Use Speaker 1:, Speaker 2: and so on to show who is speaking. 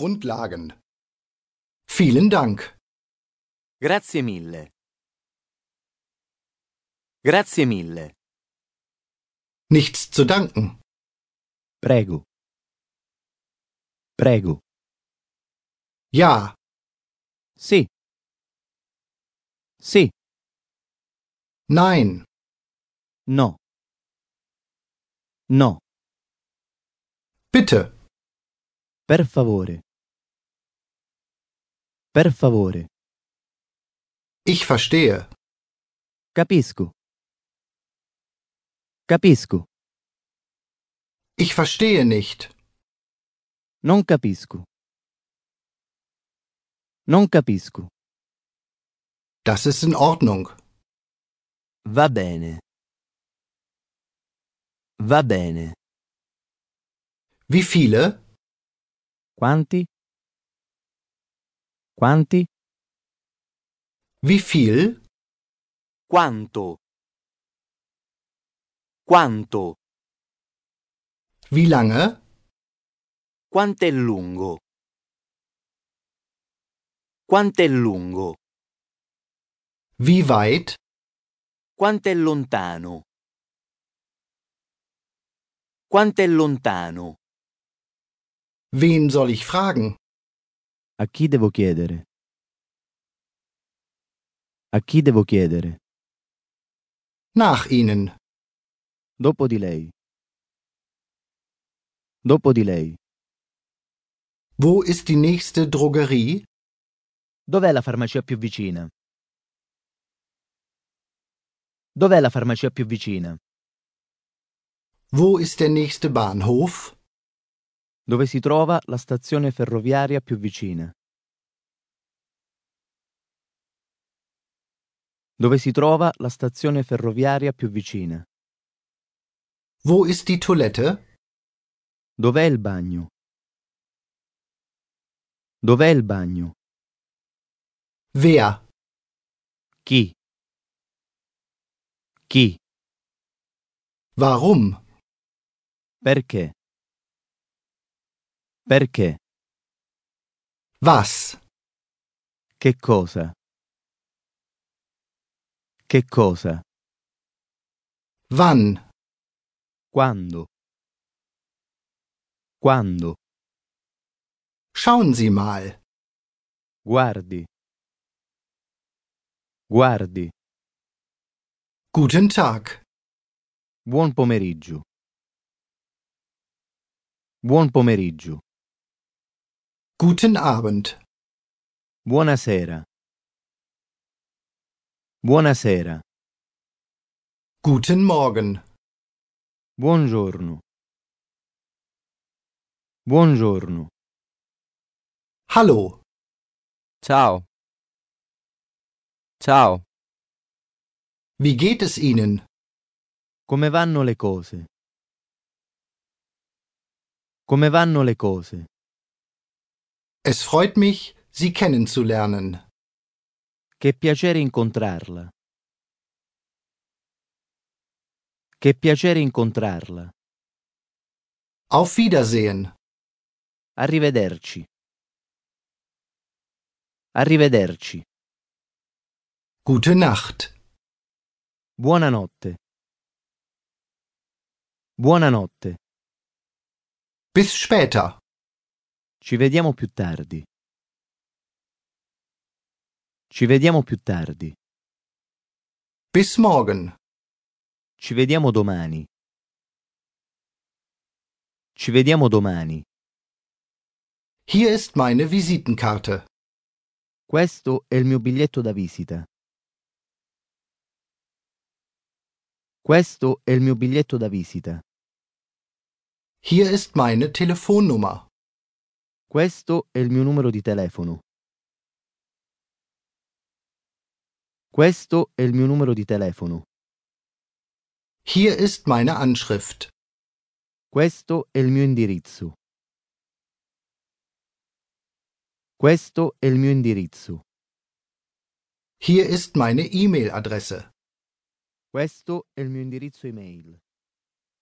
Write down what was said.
Speaker 1: grundlagen. Vielen Dank.
Speaker 2: Grazie mille. Grazie mille.
Speaker 1: Nichts zu danken.
Speaker 3: Prego. Prego.
Speaker 1: Ja,
Speaker 3: Sì. Sì.
Speaker 1: nein,
Speaker 3: No. No.
Speaker 1: bitte,
Speaker 3: Per favore. Per favore.
Speaker 1: ich verstehe.
Speaker 3: Capisco. Capisco.
Speaker 1: Ich verstehe nicht.
Speaker 3: Non capisco. Non capisco.
Speaker 1: Das ist in Ordnung.
Speaker 3: Va bene. Va bene.
Speaker 1: Wie viele?
Speaker 3: Quanti? Quanti?
Speaker 1: Wie viel?
Speaker 2: Quanto? Quanto?
Speaker 1: Wie lange?
Speaker 2: Quanto è lungo? Quanto è lungo?
Speaker 1: Wie weit?
Speaker 2: Quanto è lontano? Quanto è lontano?
Speaker 1: Wen soll ich fragen?
Speaker 3: A chi devo chiedere? A chi devo chiedere?
Speaker 1: Nach Ihnen.
Speaker 3: Dopo di lei. Dopo di lei.
Speaker 1: Wo ist die nächste Drogerie?
Speaker 3: Dov'è la farmacia più vicina? Dov'è la farmacia più vicina?
Speaker 1: Wo ist der nächste Bahnhof?
Speaker 3: Dove si trova la stazione ferroviaria più vicina? Dove si trova la stazione ferroviaria più vicina?
Speaker 1: Wo ist die Toilette?
Speaker 3: Dov'è il bagno? Dov'è il bagno?
Speaker 1: Wer?
Speaker 3: Chi? Chi?
Speaker 1: Warum?
Speaker 3: Perché? Perché?
Speaker 1: Was?
Speaker 3: Che cosa? Che cosa?
Speaker 1: Wann?
Speaker 3: Quando? Quando?
Speaker 1: Schauen Sie mal.
Speaker 3: Guardi. Guardi.
Speaker 1: Guten Tag.
Speaker 3: Buon pomeriggio. Buon pomeriggio.
Speaker 1: Guten Abend.
Speaker 3: Buonasera. Buonasera.
Speaker 1: Guten Morgen.
Speaker 3: Buongiorno. Buongiorno.
Speaker 1: Hallo.
Speaker 2: Ciao. Ciao.
Speaker 1: Wie geht es Ihnen?
Speaker 3: Come vanno le cose? Come vanno le cose?
Speaker 1: Es freut mich, Sie kennenzulernen.
Speaker 3: Che piacere incontrarla. Che piacere incontrarla.
Speaker 1: Auf Wiedersehen.
Speaker 3: Arrivederci. Arrivederci.
Speaker 1: Gute Nacht.
Speaker 3: Buonanotte. Buonanotte.
Speaker 1: Bis später.
Speaker 3: Ci vediamo più tardi. Ci vediamo più tardi.
Speaker 1: Bis morgen.
Speaker 3: Ci vediamo domani. Ci vediamo domani.
Speaker 1: Hier ist meine Visitenkarte.
Speaker 3: Questo è il mio biglietto da visita. Questo è il mio biglietto da visita.
Speaker 1: Hier ist meine Telefonnummer.
Speaker 3: Questo è il mio numero di telefono. Questo è il mio numero di telefono.
Speaker 1: Hier ist meine Anschrift.
Speaker 3: Questo è il mio indirizzo. Questo è il mio indirizzo.
Speaker 1: Hier ist meine E-Mail-Adresse.
Speaker 3: Questo è il mio indirizzo email.